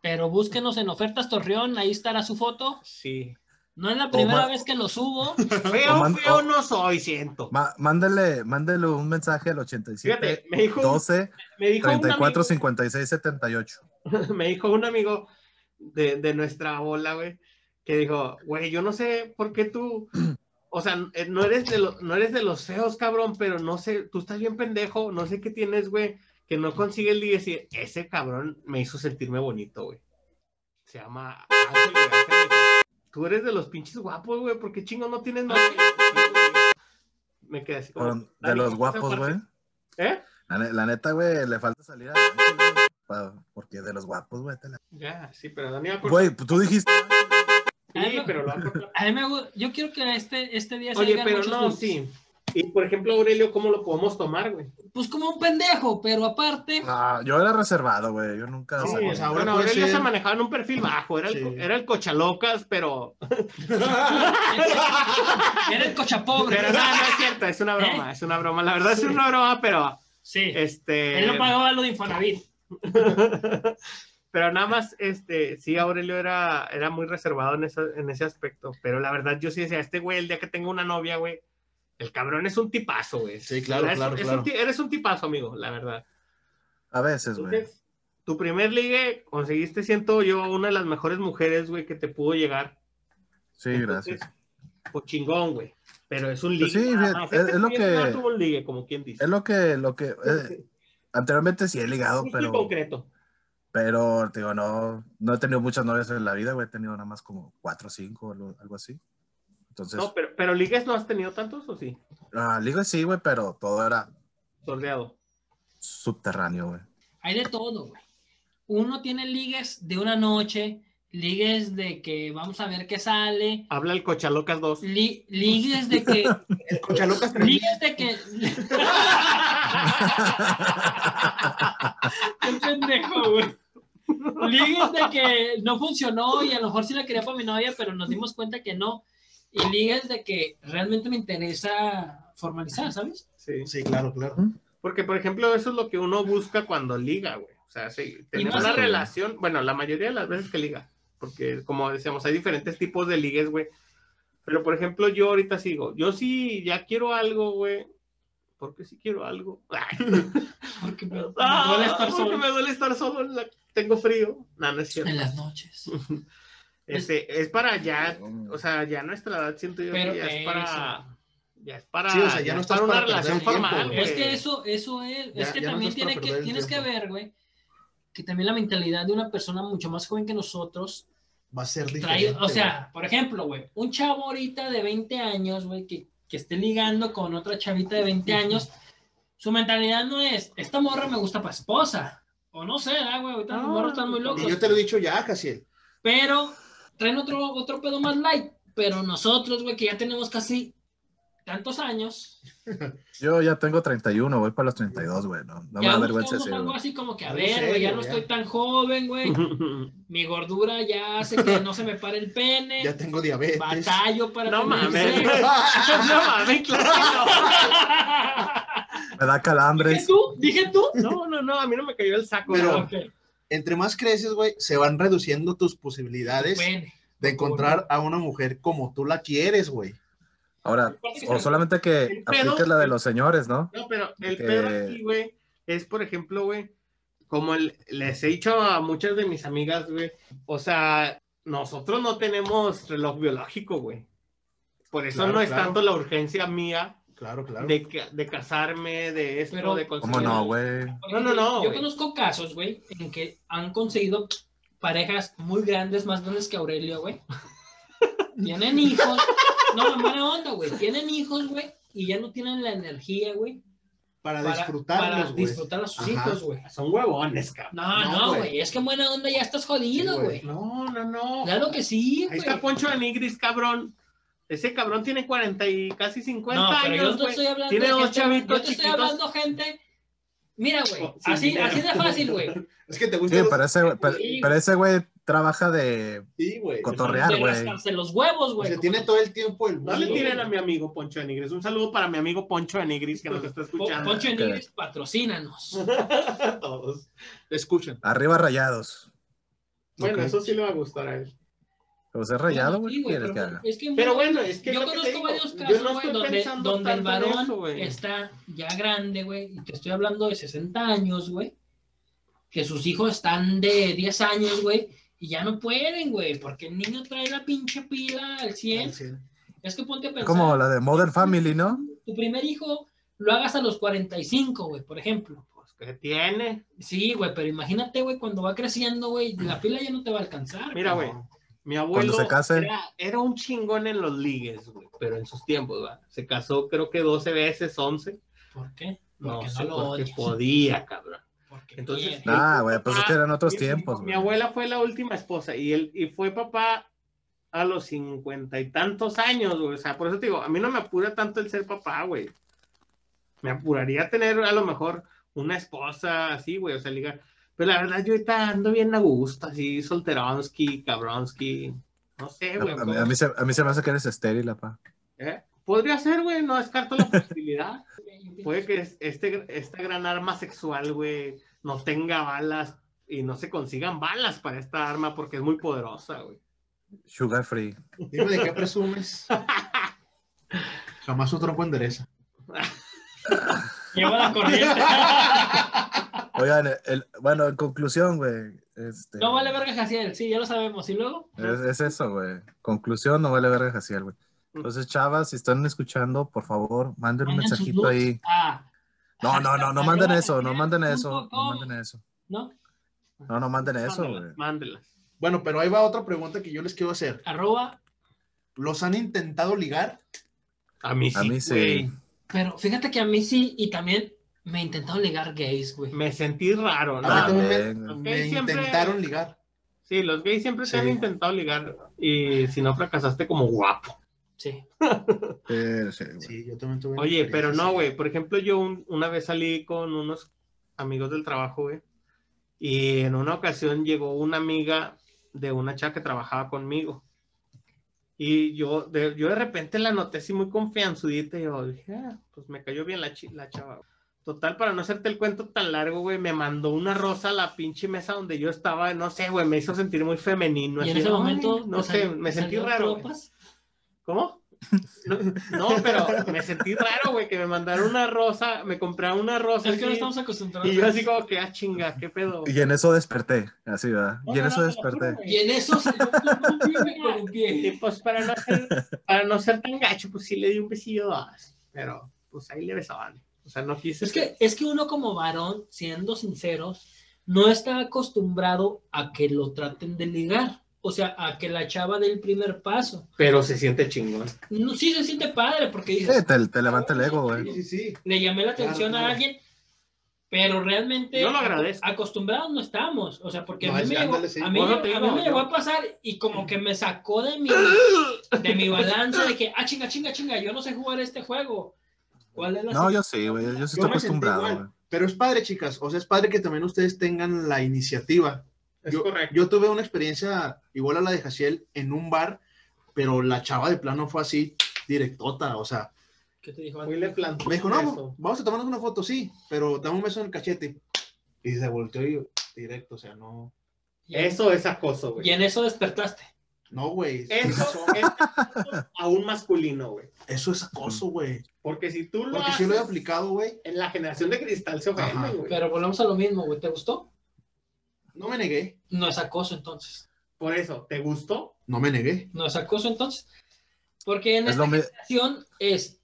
Pero búsquenos en Ofertas Torreón, ahí estará su foto.
Sí.
No es la primera
ma-
vez que lo subo.
Feo,
O man-
feo
o-
no soy, siento.
oh. Ma- mándale, mándale un mensaje al 87
Fíjate, me dijo,
12
me dijo un
34
amigo-
56 78.
me dijo un amigo de, de nuestra ola, güey, que dijo, güey, yo no sé por qué tú, o sea, eh, no eres, de lo- no eres de los feos, cabrón, pero no sé, tú estás bien pendejo, no sé qué tienes, güey, que no consigue el día. Y ese cabrón me hizo sentirme bonito, güey. Se llama Ángel, güey, Ángel, me dijo, Tú eres de los pinches guapos, güey, porque chingo no tienes nada. Me quedé así como,
Fueron De los guapos, güey.
¿Eh?
La, ne- la neta, güey, le falta salir a Ángel, güey, pa- Porque de los guapos, güey. te la-
Ya, sí, pero Dani va a cortar.
Güey, pues tú dijiste.
Ah,
Sí, pero lo va a cortar.
A mí me gu- yo quiero que este, este día
Oye,
salgan
pero
muchos
no,
nudes.
sí. Y por ejemplo, Aurelio, ¿cómo lo podemos tomar, güey?
Pues como un pendejo, pero aparte,
No, yo era reservado, güey. Yo nunca.
No,
salí.
pues ahora-
bueno,
puede
Aurelio
ser-
se manejaba en un perfil bajo, era, el,
Sí.
era el cochalocas, pero.
Ah.
era el cochapobre.
Pero no, no es cierto, es una
¿Eh?
broma, es una broma. La verdad es una broma, pero.
Sí,
Este.
él no pagaba lo de Infonavit.
pero nada más, este, sí, Aurelio era, era muy reservado en, eso- en ese aspecto. Pero la verdad, yo sí decía, este güey, el día que tenga una novia, güey, el cabrón es un tipazo, güey.
Sí, claro,
Es-
claro,
es
claro.
un ti- eres un tipazo, amigo, la verdad.
A veces, güey.
Entonces, tu primer ligue, conseguiste, siento yo, una de las mejores mujeres, güey, que te pudo llegar.
Sí, gracias.
Pues chingón, güey. Pero es un ligue.
Pues sí,
nada
fíjate,
más.
es-
Este
es lo
güey nada más
que-
tuvo un ligue, como quien dice.
Es lo que. lo que eh, anteriormente sí he ligado,
Justo y
pero. pues
concreto.
Pero, te digo, no, no he tenido muchas novias en la vida, güey. He tenido nada más como cuatro o cinco, algo, algo así. Entonces,
No, pero, pero ligues no has tenido tantos, ¿o sí?
ah, digo sí, güey, pero todo era
Sordeado.
subterráneo, güey.
Hay de todo, güey. Uno tiene ligues de una noche, ligues de que vamos a ver qué sale,
Habla el Cochalocas 2.
li- ligues de que.
El Cochalocas también.
ligues de que. Qué pendejo, güey. Ligues de que no funcionó y a lo mejor sí la quería para mi novia, pero nos dimos cuenta que no. Y ligues de que realmente me interesa formalizar, ¿sabes?
Sí.
Sí, claro, claro.
Porque, por ejemplo, eso es lo que uno busca cuando liga, güey. O sea, sí, tener
más-
una relación, bueno, la mayoría de las veces que liga, porque como decíamos, hay diferentes tipos de ligues, güey. Pero, por ejemplo, yo ahorita sigo, yo sí ya quiero algo, güey. Porque sí quiero algo.
Porque me, me
Ah,
duele estar
porque
solo
me duele estar solo, en la- tengo frío. No, no es
en
cierto.
las noches.
Este, es para ya, o
O sea,
sea, ya nuestra edad siento yo
Pero
que ya es
eso.
para... Ya es para...
Sí, o sea, ya no
es
estás
para una
para perder
relación
el tiempo,
formal,
güey.
güey.
Es pues que eso, eso es,
Ya-
es que
ya no
también
estás para
tiene que,
perder el
tienes que
tiempo.
ver, güey, que también la mentalidad de una persona mucho más joven que nosotros
Va a ser
trae,
diferente.
o sea, por ejemplo, güey, un chavo ahorita de 20 años, güey, que, que esté ligando con otra chavita de 20 años, Su mentalidad no es, esta morra me gusta para esposa. O no sé, ¿verdad, güey? Ahorita los
No,
morros están muy locos.
Ah, Y yo te lo he dicho ya, Casiel.
Pero traen otro, otro pedo más light. Pero nosotros, güey, que ya tenemos casi tantos años,
Yo ya tengo 31, voy para los 32, güey. No, no me
ya
da
buscamos
vergüenza decirlo.
algo
güey.
así como que, a
Algo
ver, güey, ya
serio,
no
ya.
estoy tan joven, güey.
Pues
Mi gordura ya hace que no se me pare el pene.
Ya tengo diabetes.
Batallo para
No
tener
mames.
sexo.
no mames, claro
Me da
¿Dije
calambres.
tú? ¿Dije tú?
que no. No, no, no, a mí no me cayó el saco.
Pero-
güey.
Ok,
Entre más creces, güey, se van reduciendo tus posibilidades
bueno.
de encontrar a una mujer como tú la quieres, güey.
Ahora, o solamente que
El pedo-
apliques la de los señores, ¿no?
No, pero el
Que-
pedo aquí, güey, es, por ejemplo, güey, como el- les he dicho a muchas de mis amigas, güey, o sea, nosotros no tenemos reloj biológico, güey. Por eso
Claro,
no es
claro.
tanto la urgencia mía
Claro, claro.
de, ca- de casarme, de esto,
Pero-
de
¿Cómo
conseguir.
no, güey?
No, no, no,
Yo
güey.
conozco casos, güey, en que han conseguido parejas muy grandes, más grandes que Aurelio, güey. Tienen hijos. No, mala onda, güey. Tienen hijos, güey, y ya no tienen la energía, güey,
para,
para, para
disfrutarlos, güey.
disfrutar a sus
Ajá.
hijos, güey.
Son huevones, cabrón.
No,
No,
no,
güey.
güey. Es que en buena onda ya estás
Sí,
jodido,
güey.
güey.
No, no, no.
Claro que sí,
Ahí
güey.
está pues, Poncho de Nigris, cabrón. Ese cabrón tiene 40 y casi 50
No, pero yo
años,
no
güey.
estoy hablando
Tiene
de
dos
gente-
chavitos
yo te estoy
chiquitos.
hablando gente. Mira, güey,
Sin
así,
dinero.
así de fácil, güey.
Es que te gusta.
Sí, pero ese, güey- pero-
Sí.
pero ese güey trabaja de
Sí, güey.
Cotorrear,
De
güey.
rascarse los huevos,
O
güey.
sea,
como
tiene todo el tiempo el
No le
mundo,
tiren a mi amigo Poncho de Nigris. Un saludo para mi amigo Poncho de Nigris que nos está
Po-
escuchando.
Poncho de
ok.
Nigris, patrocínanos.
a todos.
Escuchen.
arriba rayados.
Bueno,
Ok.
eso sí le va a gustar a él.
Pues es rayado,
Sí,
güey. ¿Qué quieres
pero
que haga?
Es que,
Pero bueno, es que
yo
es lo que
conozco
te digo.
varios
Yo no
casos, güey,
estoy
donde,
pensando
donde el
tanto en
varón
eso, güey.
está ya grande, güey, y te estoy hablando de 60 años, güey, que sus hijos están de 10 años, güey, y ya no pueden, güey, porque el niño trae la pinche pila al 100. Es que ponte a
Es
pensar,
como la de Modern Family, ¿no?
tu primer hijo lo hagas a los 45, güey, por ejemplo.
Pues, ¿Qué tiene?
Sí, güey, pero imagínate, güey, cuando va creciendo, güey, la pila ya no te va a alcanzar.
Mira, güey. Mi abuelo
Cuando se case.
era, era un chingón en los ligues, güey. Pero en sus tiempos, ¿verdad? Se casó creo que 12 veces, 11.
¿Por qué?
No,
Porque no,
sé,
lo
porque
odias.
podía, cabrón.
Porque
Entonces,
quiere.
Ah, güey, pues es que eran otros
Mi-
tiempos,
Mi,
güey.
abuela fue la última esposa y él y fue papá a los cincuenta y tantos años, güey. O sea, por eso te digo, a mí no me apura tanto el ser papá, güey. Me apuraría tener a lo mejor una esposa así, güey. O sea, ligar. Pero la verdad, yo ahorita ando bien a gusto, así, solteronsky, cabronsky. No sé, güey.
A, a mí- a mí se, a mí se me hace que eres estéril, papá.
¿Eh? Podría ser, güey, no descarto la posibilidad.
Yo
Puede que es- este, esta gran arma sexual, güey, no tenga balas y no se consigan balas para esta arma porque es muy poderosa, güey.
Sugar free.
Dime de qué presumes. Jamás su tronco endereza.
Lleva la corriente.
Oigan, el- el- bueno, en conclusión, güey. Este,
No vale verga Jaciel, sí, ya lo sabemos. Y luego,
Es, es eso, güey. Conclusión, no vale verga Jaciel, güey. Entonces, chavas, si están escuchando, por favor, manden un
Manden sus
mensajito
nudes.
ahí.
ah,
No, no, no, no manden eso, no manden eso, no
jaciel.com,
manden eso.
¿no?
No, no manden eso, güey.
Mándelas, mándelas.
Bueno, pero ahí va otra pregunta que yo les quiero hacer.
Arroba,
¿Los han intentado ligar?
A mí sí.
A mí sí.
güey.
pero fíjate que a mí sí, y también me intentaron ligar gays, güey.
Me sentí raro, ¿no?
A mí también
También,
me,
güey.
me
Él siempre-
intentaron ligar.
Sí, los gays siempre
Sí.
se han intentado ligar y si no fracasaste como guapo.
Sí.
Sí, sí, güey.
Sí, yo también tuve. una
Oye, pero
experiencia
no,
así.
güey. Por ejemplo, yo un- una vez salí con unos amigos del trabajo, güey. Y en una ocasión llegó una amiga de una chava que trabajaba conmigo. Y yo de, yo de repente la noté así muy confianzudita. Y yo dije, "Ah, pues me cayó bien la, chi- la chava. Total, para no hacerte el cuento tan largo, güey, me mandó una rosa a la pinche mesa donde yo estaba. No sé, güey, me hizo sentir muy femenino.
y en
así,
ese
"Ay,
momento,
no
pues,
sé,
salió-
me sentí
salieron
raro. güey.
tropas.
¿Cómo? No, no, pero me sentí raro, güey, que me mandaron una rosa, me compraron una rosa.
Es que no
así,
estamos acostumbrados.
y yo
a
así
eso.
como que, ah, chinga, qué pedo. güey.
Y en eso desperté, así va.
No,
Y en
no,
eso
no, te lo juro,
desperté.
güey.
Y en eso se yo columpié, me
Y
columpié.
pues para no, ser, para no ser tan gacho, pues sí le di un besillo dos, pero pues ahí le besaban. O sea, no quise.
Es que, es que uno como varón, siendo sinceros, no está acostumbrado a que lo traten de ligar. o sea, a que la chava dé el primer paso.
Pero se siente chingón.
No, sí se siente padre porque dices,
Sí, te, te levanta el ego, güey.
Sí, sí, sí.
le llamé la atención
Claro,
a
claro.
alguien, pero realmente
Yo lo agradezco.
acostumbrados no estamos. O sea, porque
No,
a mí
es-
me, llegó,
ándale, sí.
a mí
Por eso
me-
te
a
digo,
mí me
yo-
llegó a pasar y como que me sacó de mi, de mi balance de que, ah, chinga, chinga, chinga, yo no sé jugar este juego. ¿Cuál es la
No, yo sí, güey. Yo sí
Yo
estoy
me sentí
acostumbrado,
igual.
güey.
Pero es padre, chicas. O sea, es padre que también ustedes tengan la iniciativa.
Es
yo,
correcto.
yo tuve una experiencia igual a la de Jaciel en un bar, pero la chava de plano fue así, directota. O sea,
¿Qué te dijo?
Fui y le plantó
me dijo,
un
no,
beso.
vamos a tomarnos una foto, sí, pero dame un beso en el cachete. Y se volteó y directo, o sea, no.
Y en-
Eso es acoso,
y
güey.
en eso despertaste.
No, güey.
Eso es acoso a un masculino, güey.
Eso es acoso, güey.
Porque si tú lo
Porque
haces
si lo he aplicado, güey,
en la generación de cristal se
Ajá.
ofenden, güey.
Pero volvemos a lo mismo, güey. ¿Te gustó?
no me negué.
No es acoso entonces.
Por eso, ¿te gustó?
No me negué.
No es acoso entonces. Porque en
Es
esta
lo mi-
generación es,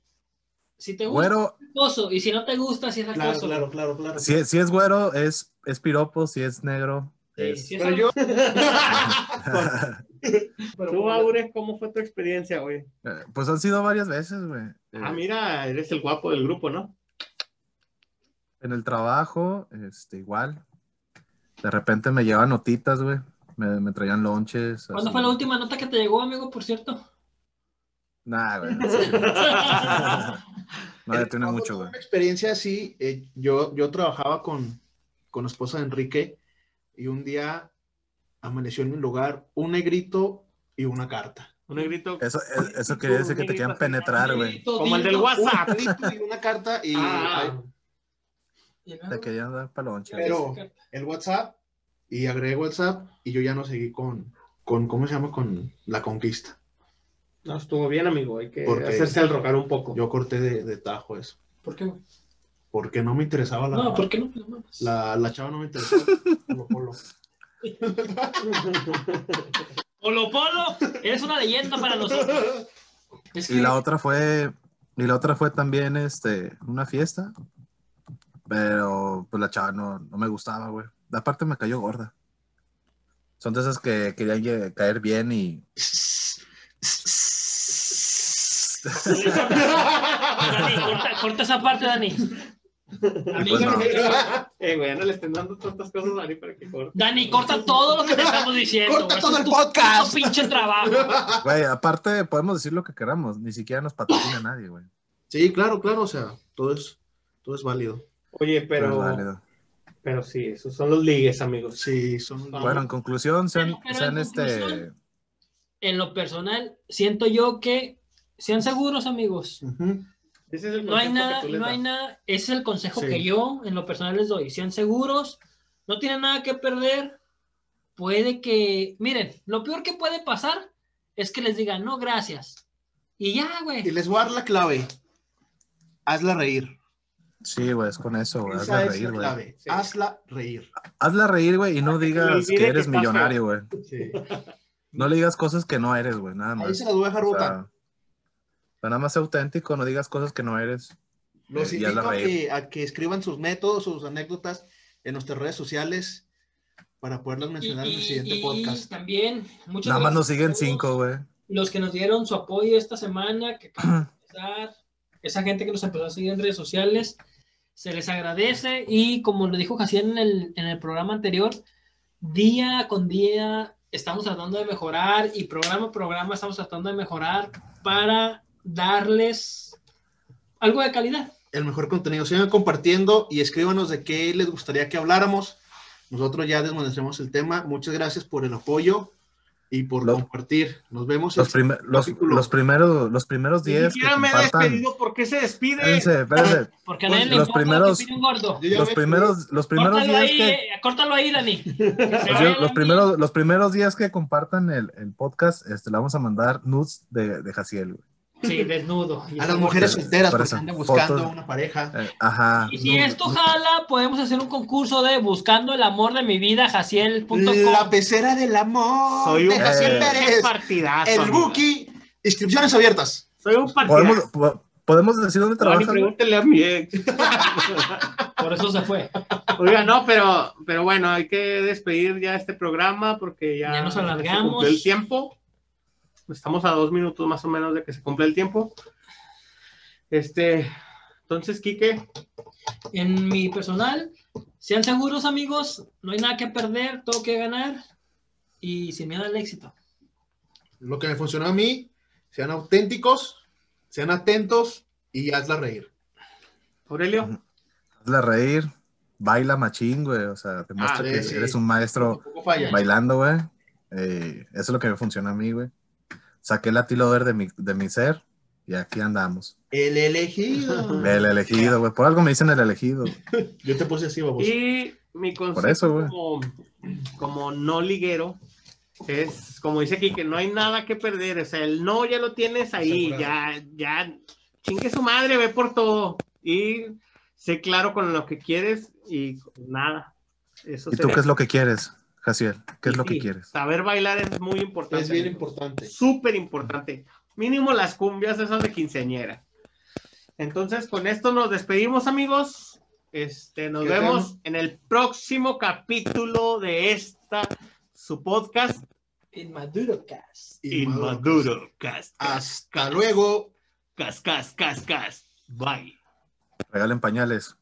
si te gusta,
Güero,
es acoso. Y si no te gusta, si es acoso.
Claro, claro, claro, claro.
si, si es güero, es, es piropo, si es negro.
Sí,
es-
sí es
Pero yo,
Pero
Tú,
bueno,
Aures, ¿cómo fue tu experiencia, güey?
Eh, Pues han sido varias veces, güey. Eh,
Ah, mira, eres el guapo del grupo, ¿no?
en el trabajo, este, igual. De repente me llevaban notitas, güey. Me, me traían lonches.
¿Cuándo
así.
fue la última nota que te llegó, amigo, por cierto?
Nah, güey. No, sé. No,
en
ya
el
tiene
trabajo
mucho,
tuve
güey.
Una experiencia así, eh, yo, yo trabajaba con, con la esposa de Enrique y un día amaneció en mi lugar un negrito y una carta.
Un negrito
Eso, es- eso quería decir que te querían penetrar, güey.
como el del
Un
WhatsApp.
negrito y una carta y
Ah,
Y luego,
Te querían dar paloncha.
Pero- el WhatsApp y agregué WhatsApp y yo ya no seguí con, con ¿cómo se llama? Con la conquista.
no, estuvo bien, amigo. Hay que
Porque-
hacerse al rogar un poco.
Yo corté de, de tajo eso.
¿Por qué? güey?
Porque no me interesaba la,
No, ¿por qué no? No, pues.
la, la chava, no me interesaba. Polo, polo.
Polo Polo, eres una leyenda para nosotros. Es que
Y la otra fue, y la otra fue también, este, una fiesta. Pero, pues la chava no, no me gustaba, güey. Aparte me cayó gorda. Son de esas que querían lle- caer bien y...
Dani, corta, corta esa parte, Dani.
Pues
Amiga,
no.
Eh, güey, no le estén dando tantas cosas a Ari para que corte.
Dani, corta todo lo que te estamos diciendo.
Corta
güey. Eso
todo
es
el
tu
podcast.
puto pinche trabajo.
Ah.
Güey, aparte podemos decir lo que queramos. Ni siquiera nos patrocina nadie, güey.
Sí, claro, claro, o sea, todo es, todo es válido.
Oye,
Pero es
pero, pero,
válido.
sí, esos son los ligues, amigos.
Sí, son...
Bueno, en conclusión, sean,
Pero en
sean este...
conclusión- En lo personal, siento yo que sean seguros, amigos.
Ujú.
Ese es el
No hay
consejo que
nada,
tú les
no hay
das.
nada. Ese es el consejo
Sí.
que yo en lo personal les doy. Sean seguros, no tienen nada que perder. Puede que, miren, lo peor que puede pasar es que les digan no, gracias. Y ya, güey.
Y les voy a dar la clave. Hazla reír.
Sí, güey, es con eso, güey.
Esa
Hazla
es la
reír, güey.
clave.
Sí.
Hazla reír.
Hazla reír, güey, y no
que le
digas
olvide
que
que
eres
está feo.
millonario, güey.
Sí.
No le digas cosas que no eres, güey, nada
Ahí
más.
se las voy a dejar
O sea,
votar.
pero nada más sé auténtico, no digas cosas que no eres.
Los
eh, y
invito
hazla
a
reír.
que, a que escriban sus métodos, sus anécdotas en nuestras redes sociales para poderlas
Y,
mencionar en el
y-
siguiente
y
podcast.
también, muchas
Nada más
gracias
nos
a
siguen
todos
cinco, güey.
Los que nos dieron su apoyo esta semana, que acaban de empezar, esa gente que nos empezó a seguir en redes sociales, se les agradece y como lo dijo Jaciel en el, en el programa anterior, día con día estamos tratando de mejorar y programa a programa estamos tratando de mejorar para darles algo de calidad.
El mejor contenido. Sigan compartiendo y escríbanos de qué les gustaría que habláramos. Nosotros ya desvanecemos el tema. Muchas gracias por el apoyo y por
Lo-
compartir. Nos vemos.
Los,
en-
primer- los,
capítulo.
los primeros, los primeros
Ni
diez que
siquiera me he
compartan.
despedido. ¿Por qué se despide?
Espérense, espérense.
Porque a
Pues,
nadie le
los
importa lo que
primeros-
opine un gordo.
Yo ya
Los
me-
primeros, los primeros
Córtalo
días
ahí,
que.
eh, córtalo ahí, Dani. Que se
Los,
vaya la
los primeros, los primeros días que compartan el, el podcast, este, le vamos a mandar nudes de, de Jaciel. güey.
mierda. Sí, desnudo.
A las mujeres solteras
Por
porque
eso,
andan buscando
fotos.
una pareja.
Eh, ajá.
Y si esto jala, podemos hacer un concurso de buscando el amor de mi vida,
La
jaciel.com.
pecera del amor.
Soy un
de Jaciel
Eh,
Pérez.
partidazo.
El
amigo.
Buki. Inscripciones abiertas.
Soy un
¿Podemos,
partidazo.
po- podemos decir dónde
Ari,
trabajan. güey?
pregúntele a mi ex.
Por eso se fue.
Oiga, no, pero, pero bueno, hay que despedir ya este programa porque ya,
Ya nos
se
alargamos.
cumplió el tiempo. Estamos a dos minutos más o menos de que se cumpla el tiempo. Este, entonces, Quique,
En mi personal, sean seguros, amigos. No hay nada que perder, todo que ganar. Y sin miedo al éxito.
Lo que me funcionó a mí, sean auténticos, sean atentos y hazla reír.
Aurelio,
Hazla reír, baila machín, güey. O sea, demuestra
Ah,
que
sí.
eres un maestro
Tampoco falla.
bailando, güey. Eh, eso es lo que me funciona a mí, güey. Saqué la tilo verde de mi, de mi ser y aquí andamos.
El elegido.
El elegido, güey. Por algo me dicen el elegido. güey.
Yo te puse así, baboso.
y mi consejo
Pues, eso, güey.
como, como no liguero es, como dice Quique, no hay nada que perder. O sea, el no ya lo tienes ahí, ya, ya, chingue su madre, ve por todo. Y sé claro con lo que quieres y nada. Eso
¿Y tú
sería.
qué es lo que quieres, Jaciel? ¿Qué es
Y
lo
sí,
que quieres?
Saber bailar es muy importante.
Es bien
amigo.
importante.
Súper importante. Este, Mínimo las cumbias esas de quinceañera. Entonces, con esto nos despedimos, amigos. Este, nos
¿Qué
vemos en el próximo capítulo de esta su podcast
En Maduro Cast.
Inmaduro. Cas, cas,
Hasta luego.
cas, cas, cas, cas. Bye.
Regalen pañales.